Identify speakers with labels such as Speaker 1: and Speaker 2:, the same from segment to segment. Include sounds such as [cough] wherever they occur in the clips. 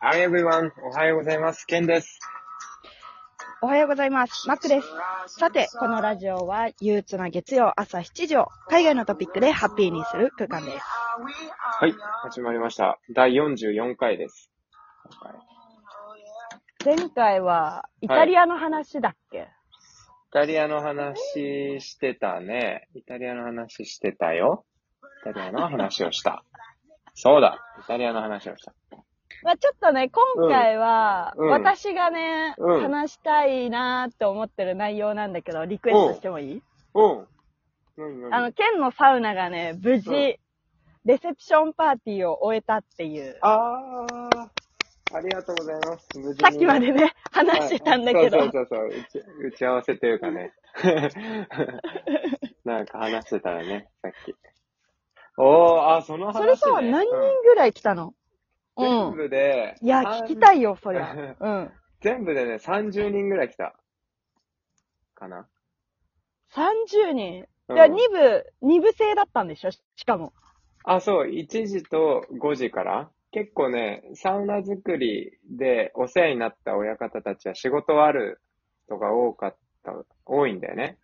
Speaker 1: Hi everyone. おはようございます。ケンです。
Speaker 2: おはようございます。マックです。さて、このラジオは憂鬱な月曜朝7時を海外のトピックでハッピーにする空間です。
Speaker 1: はい。始まりました。第44回です。今回イ
Speaker 2: 前回はイタリアの話だっけ、
Speaker 1: タリアの話してたね。イタリアの話してたよ。イタリアの話をした。そうだ。イタリアの話をした。
Speaker 2: まあちょっとね、今回は
Speaker 1: うんうん
Speaker 2: 私がね、
Speaker 1: うん
Speaker 2: 話したいなーって思ってる内容なんだけど、リクエストしてもいい
Speaker 1: うん。うんうん。
Speaker 2: あの、県のサウナがね、無事、
Speaker 1: うん
Speaker 2: レセプションパーティーを終えたっていう、
Speaker 1: あー。ありがとうございます。無事に
Speaker 2: さっきまでね、話してたんだけど、
Speaker 1: はいそうそうそうそう打ち。打ち合わせというか
Speaker 2: [laughs]
Speaker 1: ね。 [laughs] なんか話してたらね、さっき。おー、あ、その話、ね。
Speaker 2: それさ、何人ぐらい来たの
Speaker 1: うん、全部で、
Speaker 2: いや、聞きたいよ、そりゃ。
Speaker 1: [laughs]
Speaker 2: うん。
Speaker 1: 全部でね、30人ぐらい来た。かな。
Speaker 2: 30人。
Speaker 1: う
Speaker 2: い
Speaker 1: ん
Speaker 2: や、2部、2部制だったんでしょしかも。
Speaker 1: あ、そう、1時と5時から。結構ね、サウナ作りでお世話になった親方たちは仕事ある人が多かった、多いんだよね。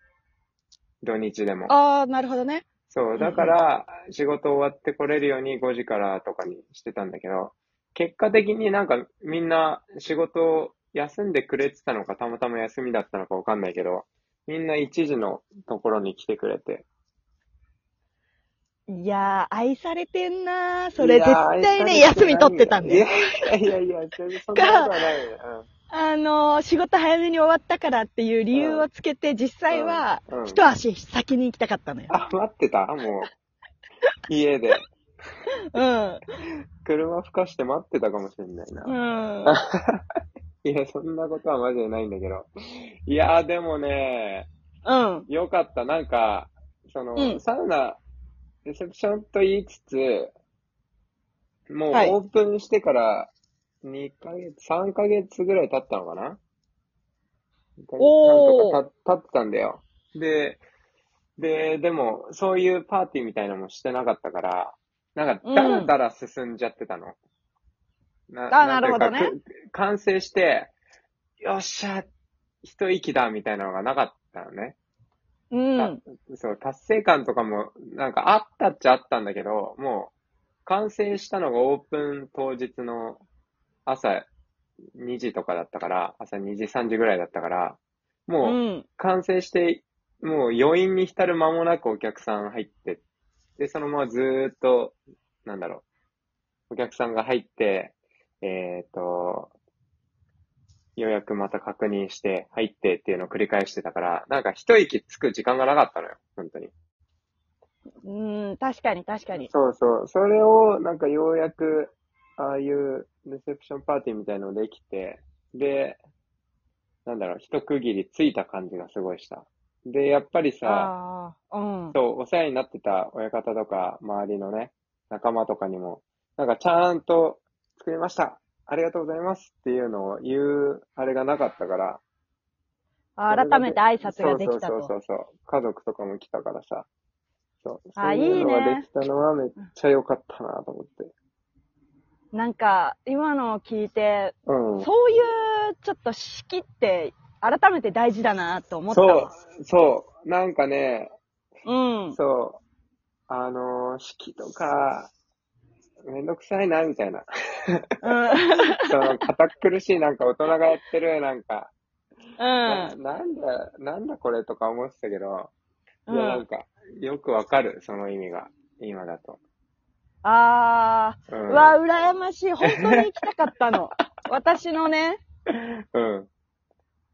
Speaker 1: 土日でも。
Speaker 2: あー、なるほどね。
Speaker 1: そう、だから、仕事終わってこれるように5時からとかにしてたんだけど、結果的になんかみんな仕事を休んでくれてたのか、たまたま休みだったのかわかんないけど、みんな1時のところに来てくれて。
Speaker 2: いやー、愛されてんなー。それ
Speaker 1: いや
Speaker 2: 絶
Speaker 1: ー
Speaker 2: 対ね、
Speaker 1: 愛され
Speaker 2: 休
Speaker 1: て
Speaker 2: み取ってたんだ
Speaker 1: い
Speaker 2: よ。
Speaker 1: やいやいや、全然そんなことはないよ。
Speaker 2: あのー、仕事早めに終わったからっていう理由をつけて、実際は
Speaker 1: うんうん、
Speaker 2: 一足先に行きたかったのよ
Speaker 1: うん。。あ、待ってたもう、家で。
Speaker 2: うん。
Speaker 1: 車ふかして待ってたかもしれないな。
Speaker 2: うん。
Speaker 1: いや、そんなことはマジでないんだけど。いやー、でもね、
Speaker 2: うん。
Speaker 1: よかった。なんか、その、
Speaker 2: うん
Speaker 1: サウナ、レセプションと言いつつ、もうオ
Speaker 2: はい
Speaker 1: ープンしてから2ヶ月、3ヶ月ぐらい経ったのかな
Speaker 2: おー
Speaker 1: なんとかた経ってたんだよ。で、で、でも、そういうパーティーみたいなのもしてなかったから、なんか、だらだら進んじゃってたの。な
Speaker 2: あ
Speaker 1: んていうか
Speaker 2: なるほど
Speaker 1: く完成して、よっしゃ、一息だ、みたいなのがなかったのね。
Speaker 2: うん。
Speaker 1: そう、達成感とかも、なんかあったっちゃあったんだけど、もう、完成したのがオープン当日の朝2時とかだったから、朝2時3時ぐらいだったから、
Speaker 2: う。
Speaker 1: もうん完成して、もう余韻に浸る間もなくお客さん入って、で、そのままずーっと、なんだろう、お客さんが入って、えっ、と、予約また確認して、入ってっていうのを繰り返してたから、なんか一息つく時間がなかったのよ、本当に。
Speaker 2: うん。確かに、確かに。
Speaker 1: そうそう。それを、なんかようやく、ああいうレセプションパーティーみたいのできて、で、なんだろう、一区切りついた感じがすごいした。で、やっぱりさ、
Speaker 2: ああー、うん。
Speaker 1: そう、お世話になってた親方とか、周りのね、仲間とかにも、なんかちゃんと作りましたありがとうございますっていうのを言う、あれがなかったから、
Speaker 2: あー改めて挨拶ができた
Speaker 1: そうそ
Speaker 2: と。
Speaker 1: うそうそう。家族とかも来たからさ。そう。
Speaker 2: あ
Speaker 1: そういうの
Speaker 2: い
Speaker 1: が
Speaker 2: いね
Speaker 1: できたのはめっちゃ良かったなと思って。
Speaker 2: なんか、今のを聞いて、
Speaker 1: うん。
Speaker 2: そういう、ちょっと式って、改めて大事だなと思った
Speaker 1: そう
Speaker 2: わ。、
Speaker 1: そう。なんかね、
Speaker 2: うん。
Speaker 1: そう。あのー式とか、めんどくさいな、みたいな。 [laughs]
Speaker 2: うん。
Speaker 1: その、堅苦しい、なんか大人がやってる、なんか、な
Speaker 2: う
Speaker 1: なんだ、なんだこれとか思ってたけど、い
Speaker 2: ん。う
Speaker 1: や、なん
Speaker 2: ん。
Speaker 1: か、よくわかる、その意味が、今だと。
Speaker 2: あ
Speaker 1: う。
Speaker 2: ー、うんわ、羨ましい。本当に行きたかっ
Speaker 1: [laughs]
Speaker 2: たの。私のね、
Speaker 1: うん。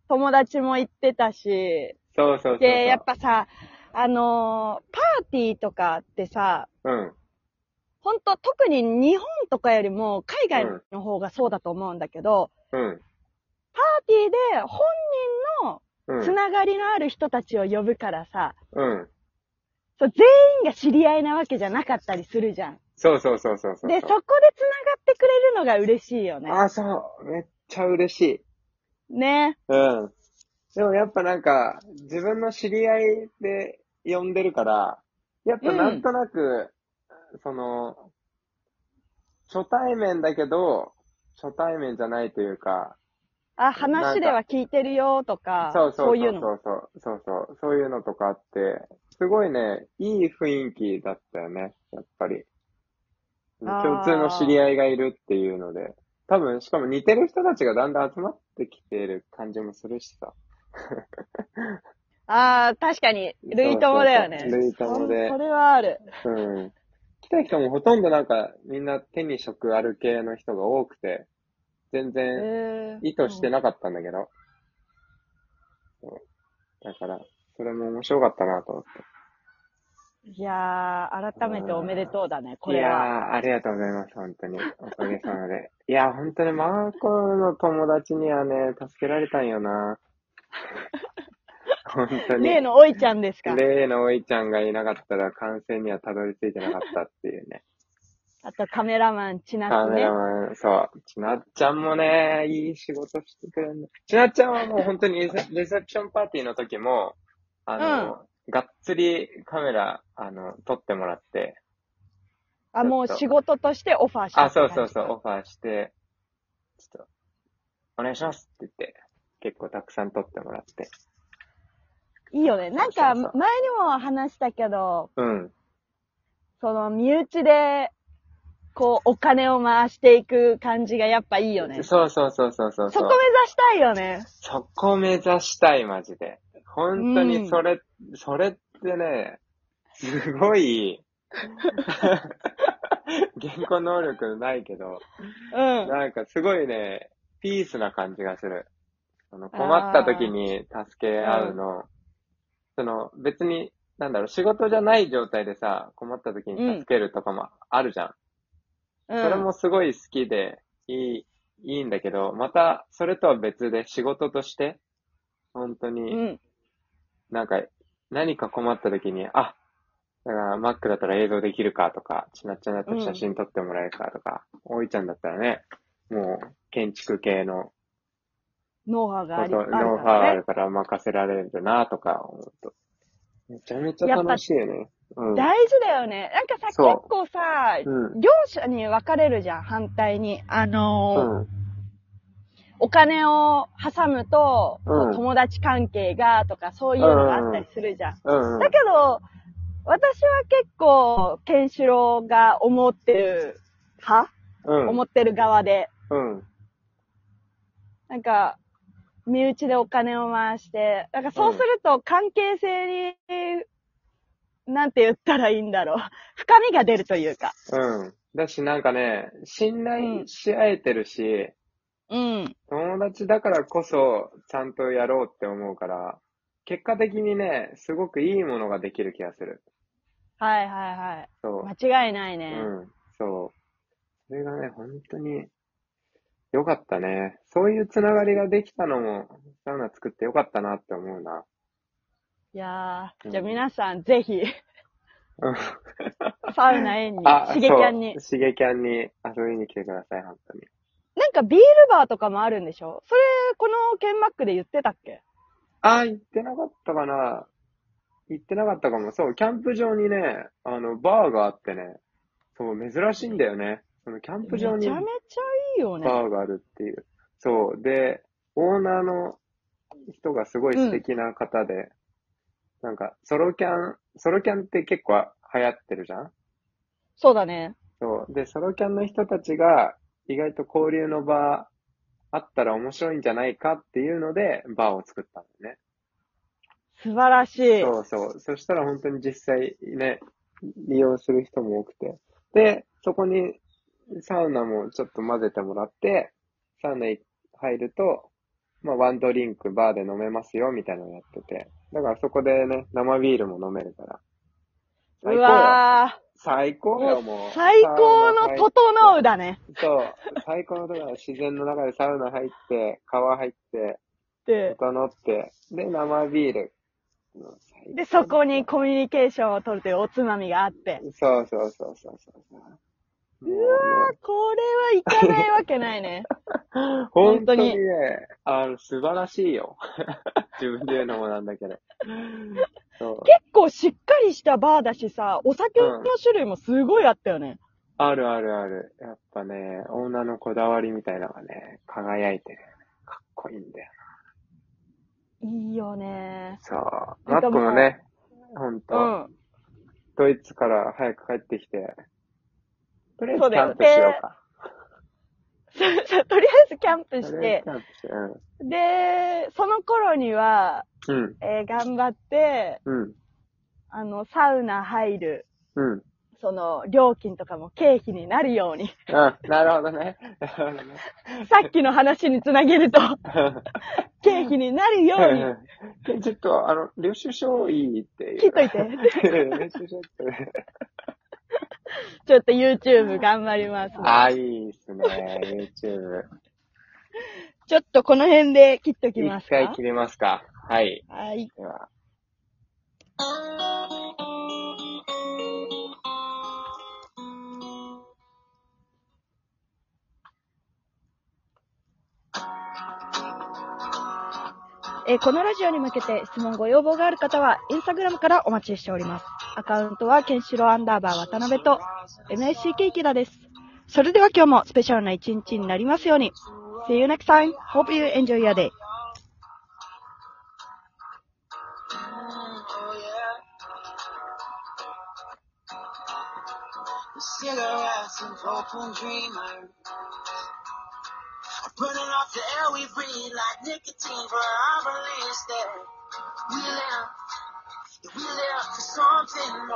Speaker 2: 友達も行ってたし、
Speaker 1: そうそうそうそう。
Speaker 2: で、やっぱさ、あのーパーティーとかってさ、
Speaker 1: うん。
Speaker 2: 本当特に日本とかよりも海外の方がそうだと思うんだけど、
Speaker 1: うん。
Speaker 2: パーティーで本
Speaker 1: う
Speaker 2: 人のつ
Speaker 1: ん。
Speaker 2: ながりのある人たちを呼ぶからさ、
Speaker 1: うん。
Speaker 2: そう、全員が知り合いなわけじゃなかったりするじゃん。
Speaker 1: そうそうそうそうそう。
Speaker 2: で、そこで繋がってくれるのが嬉しいよね。
Speaker 1: あ、そう。めっちゃ嬉しい。
Speaker 2: ね。
Speaker 1: うん。でもやっぱなんか、自分の知り合いで呼んでるから、やっぱなんとなく、その、初対面だけど、初対面じゃないというか、
Speaker 2: あ、話では聞いてるよとか、
Speaker 1: そうそう
Speaker 2: い
Speaker 1: そうう
Speaker 2: の。
Speaker 1: そうそう、そうそう、そういうのとかあって、すごいね、いい雰囲気だったよね、やっぱり。
Speaker 2: あー
Speaker 1: 共通の知り合いがいるっていうので、多分、しかも似てる人たちがだんだん集まってきてる感じもするしさ。
Speaker 2: ああ、確かに、類友だよね。
Speaker 1: そうそうそう類友で
Speaker 2: そそれはある。
Speaker 1: うん。 [laughs] 来た人もほとんどなんか、みんな手に職ある系の人が多くて、全
Speaker 2: え
Speaker 1: 然
Speaker 2: ー
Speaker 1: 意図してなかったんだけど。そうだから、それも面白かったなと思って。
Speaker 2: いやー、改めておめでとうだね、こ
Speaker 1: い
Speaker 2: れ
Speaker 1: やー、
Speaker 2: は。
Speaker 1: ありがとうございます、本当に。おかげさまで。いやー、本当にマーコの友達にはね、助けられたんよ
Speaker 2: [laughs]
Speaker 1: な。本当に。
Speaker 2: 例のおいちゃんですか。
Speaker 1: 例のおいちゃんがいなかったら感染にはたどり着いてなかったっていうね。
Speaker 2: あとカメラマン、ちな
Speaker 1: カ
Speaker 2: つ
Speaker 1: メ
Speaker 2: ね
Speaker 1: ラ。マン、そう。ちなっちゃんもね、いい仕事してくれるんだ。ちなっちゃんはもう本当にレセレセプションパーティーの時も、あの、がっつりカメラ、あの、撮ってもらって、
Speaker 2: あ、もう仕事としてオファーした
Speaker 1: あ、
Speaker 2: って感
Speaker 1: そう
Speaker 2: じ
Speaker 1: そうそう、オファーして、ちょっと、お願いしますって言って、結構たくさん撮ってもらって。
Speaker 2: いいよね。なんか、
Speaker 1: そうそう
Speaker 2: 前にも話したけど、
Speaker 1: うん。
Speaker 2: その、身内で、こう、お金を回していく感じがやっぱいいよね。そ
Speaker 1: そうそうそうそうそう。
Speaker 2: こ目指したいよね。
Speaker 1: そこ目指したい、マジで。本当にそれ、それってね、すご
Speaker 2: [laughs]
Speaker 1: い、言語能力ないけど、
Speaker 2: [laughs] うん。
Speaker 1: なんかすごいね、ピースな感じがする。その困った時に助け合うの、その別に、なんだろう、仕事じゃない状態でさ、困った時に助けるとかもあるじゃん。
Speaker 2: うん、
Speaker 1: それもすごい好きで、いい、いいんだけど、また、それとは別で仕事として、本当
Speaker 2: う
Speaker 1: に、
Speaker 2: ん。
Speaker 1: なんか、何か困った時に、あ、だから、マックだったら映像できるかとか、ちなっちゃんだったら写真撮ってもらえるかとか、おいちゃんだったらね、もう、建築系の
Speaker 2: ノウハ
Speaker 1: こ
Speaker 2: ウがあり
Speaker 1: と、
Speaker 2: あるか
Speaker 1: ノウハウあ
Speaker 2: らね
Speaker 1: る。から任せられるなとか思うと、めちゃめちゃ
Speaker 2: やっぱ
Speaker 1: 楽しいよね。うん。
Speaker 2: 大事だよね。なんかさ、結
Speaker 1: そう
Speaker 2: 構さ、
Speaker 1: うん。
Speaker 2: 両者に分かれるじゃん、反対に。あのー
Speaker 1: うん。
Speaker 2: お金を挟むと、
Speaker 1: うん
Speaker 2: 友達関係がとかそういうのがあったりするじゃん。
Speaker 1: うん。
Speaker 2: だけど、私は結構、ケンシロウが思ってる派、
Speaker 1: うん。
Speaker 2: 思ってる側で、
Speaker 1: うん。
Speaker 2: なんか、身内でお金を回して、なんかそうすると関係性に、なんて言ったらいいんだろう。 [laughs] 深みが出るというか。
Speaker 1: うん。だし、なんかね、信
Speaker 2: う
Speaker 1: 頼
Speaker 2: ん
Speaker 1: し合えてるし、
Speaker 2: うん。
Speaker 1: 友達だからこそ、ちゃんとやろうって思うから、結果的にね、すごくいいものができる気がする。
Speaker 2: はいは
Speaker 1: そ。
Speaker 2: いはい。間違いないうね。
Speaker 1: うん。そう。それがね、本当に、良かったね。そういうつながりができたのも、サウナ作って良かったなって思うな。
Speaker 2: いや
Speaker 1: う
Speaker 2: ー、
Speaker 1: ん
Speaker 2: じゃあ皆さんぜひ、
Speaker 1: うん
Speaker 2: サウナ園に、
Speaker 1: [laughs] あ、
Speaker 2: 刺激
Speaker 1: そう
Speaker 2: 屋に。
Speaker 1: 刺激庵に遊びに来てください、本当に。
Speaker 2: なんかビールバーとかもあるんでしょそれ、このケンマックで言ってたっけ
Speaker 1: あ、行ってなかったかな。行ってなかったかも。そう、キャンプ場にね、あの、バーがあってね、そう、珍しいんだよね。そのキャンプ
Speaker 2: めち
Speaker 1: 場
Speaker 2: ゃめ
Speaker 1: に
Speaker 2: ちゃ
Speaker 1: バ
Speaker 2: いいよね。
Speaker 1: ーがあるっていう。そう、で、オーナーの人がすごい素敵な方で、なんか、ソロキャン、ソロキャンって結構流行ってるじゃん
Speaker 2: そうだね。
Speaker 1: そう。で、ソロキャンの人たちが、意外と交流の場あったら面白いんじゃないかっていうので、バーを作ったんだよね。
Speaker 2: 素晴らしい。
Speaker 1: そうそう。そしたら本当に実際ね、利用する人も多くて。で、そこにサウナもちょっと混ぜてもらって、サウナに入ると、まあワンドリンクバーで飲めますよみたいなのやってて。だからそこでね、生ビールも飲めるから。最
Speaker 2: う
Speaker 1: 高よ。
Speaker 2: わ
Speaker 1: 最
Speaker 2: ー
Speaker 1: 高よ、も
Speaker 2: も
Speaker 1: う。
Speaker 2: う最高の
Speaker 1: サウ
Speaker 2: 整うだね。
Speaker 1: ナ入そう。最高のところ自然の中でサウナ入って、川入って、
Speaker 2: で、
Speaker 1: 整って、で、生ビール。最高
Speaker 2: で、
Speaker 1: だ
Speaker 2: そこにコミュニケーションを取るというおつまみがあって。
Speaker 1: そうそうそうそうそうそう。もうね
Speaker 2: これはいかないわけない [laughs] ね。
Speaker 1: 本
Speaker 2: 本
Speaker 1: 当
Speaker 2: 当
Speaker 1: に
Speaker 2: に
Speaker 1: ね、あの、素晴らしいよ。 [laughs] 自分で言うのもなんだけど。そう
Speaker 2: 結構しっかりしたバーだしさ、お酒の種類もすごいあったよね。
Speaker 1: あるあるある。やっぱね、女のこだわりみたいなのがね、輝いてね、かっこいいんだよ
Speaker 2: いいよ
Speaker 1: な。。
Speaker 2: ね
Speaker 1: そう。マ
Speaker 2: なん
Speaker 1: ッ
Speaker 2: か
Speaker 1: ク
Speaker 2: もう
Speaker 1: もね、ほん
Speaker 2: う
Speaker 1: と、
Speaker 2: ん。
Speaker 1: ドイツから早く帰ってきて、とりあえ
Speaker 2: そ
Speaker 1: ずキ
Speaker 2: うだ
Speaker 1: ャ
Speaker 2: よ
Speaker 1: ンプしようか。
Speaker 2: そう [laughs] そうとりあえずキャン
Speaker 1: と
Speaker 2: プし
Speaker 1: りあえず
Speaker 2: て、
Speaker 1: キャンプして、
Speaker 2: で、その頃には、
Speaker 1: うん。
Speaker 2: えー頑張って、
Speaker 1: うん。
Speaker 2: あの、サウナ入る、
Speaker 1: うん。
Speaker 2: その、料金とかも経費になるよう [laughs] に。
Speaker 1: うん。あ、なるほどね。なるほどね。
Speaker 2: さっきの話につなげると、経費になるように。
Speaker 1: でちょっと、あの、領収書いいっていう。
Speaker 2: 切っといて。
Speaker 1: [laughs] 領収書ってね。
Speaker 2: ちょっと YouTube 頑張ります、
Speaker 1: ああ、いいっす
Speaker 2: [laughs]
Speaker 1: ね。YouTube。
Speaker 2: ちょっとこの辺で切っときま
Speaker 1: 一
Speaker 2: すか。
Speaker 1: 回切れますか。はい。
Speaker 2: はい。
Speaker 1: では。
Speaker 2: えーこのラジオに向けて質問ご要望がある方は、インスタグラムからお待ちしております。アカウントは、ケンシロウアンダーバー渡辺と、MICK 池田です。それでは今日もスペシャルな一日になりますように。See you next time. Hope you enjoy your day.
Speaker 3: Mm, oh yeah. Cigarettes and open dreamer. Burning off the air we breathe like nicotine for our release that we live. We live for something.